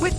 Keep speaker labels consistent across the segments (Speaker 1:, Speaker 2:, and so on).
Speaker 1: With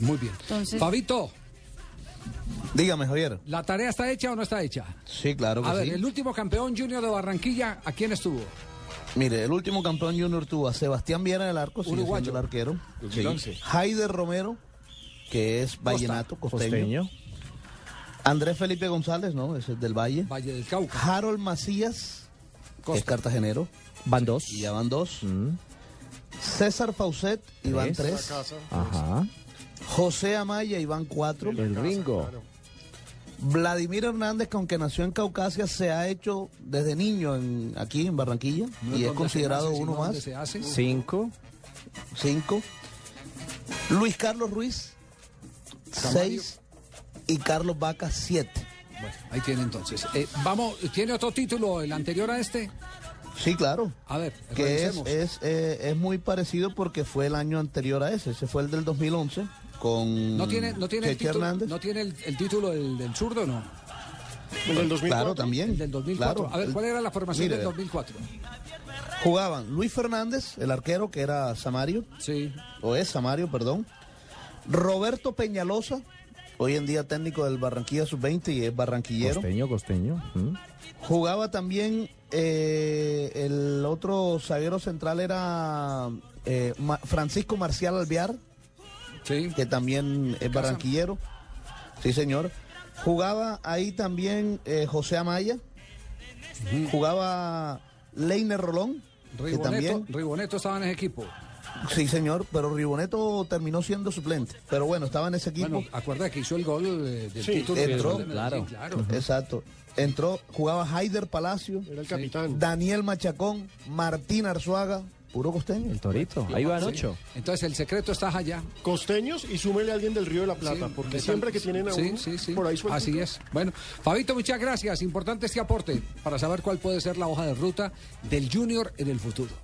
Speaker 2: Muy bien.
Speaker 3: Entonces-
Speaker 2: Fabito,
Speaker 4: Dígame, Javier.
Speaker 2: ¿la tarea está hecha o no está hecha?
Speaker 4: Sí, claro que
Speaker 2: A ver,
Speaker 4: sí.
Speaker 2: el último campeón junior de Barranquilla, ¿a quién estuvo?
Speaker 4: Mire, el último campeón junior tuvo a Sebastián Viera en el arco, sigue
Speaker 2: Uruguayo.
Speaker 4: siendo el arquero.
Speaker 5: 2011.
Speaker 4: Jaider Romero, que es vallenato, costeño. Andrés Felipe González, ¿no? Ese es del Valle.
Speaker 2: Valle del Cauca.
Speaker 4: Harold Macías, que es
Speaker 2: Costa.
Speaker 4: cartagenero.
Speaker 6: Van dos. Mm.
Speaker 4: Y ya van dos. César Pauset, y van tres.
Speaker 6: Ajá.
Speaker 4: José Amaya, y van cuatro.
Speaker 6: El Ringo.
Speaker 4: Vladimir Hernández, que aunque nació en Caucasia, se ha hecho desde niño en- aquí en Barranquilla
Speaker 2: No
Speaker 4: y es
Speaker 2: donde
Speaker 4: considerado
Speaker 2: se nace,
Speaker 4: uno
Speaker 2: sino donde
Speaker 4: más.
Speaker 2: se hace.
Speaker 6: Cinco.
Speaker 4: Cinco. Luis Carlos Ruiz,
Speaker 2: Camario.
Speaker 4: seis. Y Carlos Vaca, siete.
Speaker 2: Bueno, ahí tiene entonces. Eh, vamos, ¿tiene otro título el anterior a este?
Speaker 4: Sí, claro.
Speaker 2: A ver,
Speaker 4: que es,
Speaker 2: revisemos.
Speaker 4: es, eh, es muy parecido porque fue el año anterior a ese. Ese fue el del 2011 con
Speaker 2: ¿No tiene, no tiene, el,
Speaker 4: Cheche
Speaker 2: título,
Speaker 4: Hernández.
Speaker 2: ¿no tiene el, el título del, del zurdo no?
Speaker 5: el 2004.
Speaker 4: Claro, también.
Speaker 2: El del 2004.
Speaker 4: Claro.
Speaker 2: A ver,
Speaker 4: El-
Speaker 2: ¿cuál era la formación
Speaker 4: mire,
Speaker 2: del 2004?
Speaker 4: Jugaban Luis Fernández, el arquero, que era Samario.
Speaker 2: Sí.
Speaker 4: o es Samario, perdón. Roberto Peñalosa, hoy en día técnico del Barranquilla Sub-20 y es barranquillero.
Speaker 6: Costeño, costeño. Mm.
Speaker 4: Jugaba también eh, el otro zaguero central era eh, Ma- Francisco Marcial Alvear,
Speaker 2: Sí.
Speaker 4: que también es barranquillero. Sí, señor. Jugaba ahí también eh, José Amaya. Jugaba Leiner Rolón, que
Speaker 2: Riboneto,
Speaker 4: también...
Speaker 2: Riboneto estaba en ese equipo.
Speaker 4: Sí, señor, pero Riboneto terminó siendo suplente. Pero bueno, estaba en ese equipo.
Speaker 2: Bueno, ah, acuerda que hizo el gol eh, del título.
Speaker 4: entró.
Speaker 2: del Medellín,
Speaker 6: Claro.
Speaker 2: claro.
Speaker 4: Exacto. Entró, jugaba Haider Palacio,
Speaker 5: Era el capitán.
Speaker 4: Daniel Machacón, Martín Arzuaga, puro costeño.
Speaker 6: El Torito. Ahí van ocho.
Speaker 2: Entonces el secreto está allá.
Speaker 5: Costeños y súmele a alguien del Río de la Plata,
Speaker 2: Sí,
Speaker 5: porque
Speaker 2: de
Speaker 5: siempre
Speaker 2: tal-
Speaker 5: que tienen a
Speaker 2: sí,
Speaker 5: uno
Speaker 2: sí, sí.
Speaker 5: por ahí suelto.
Speaker 2: Así es. Bueno, Fabito, muchas gracias. Importante este aporte para saber cuál puede ser la hoja de ruta del Junior en el futuro.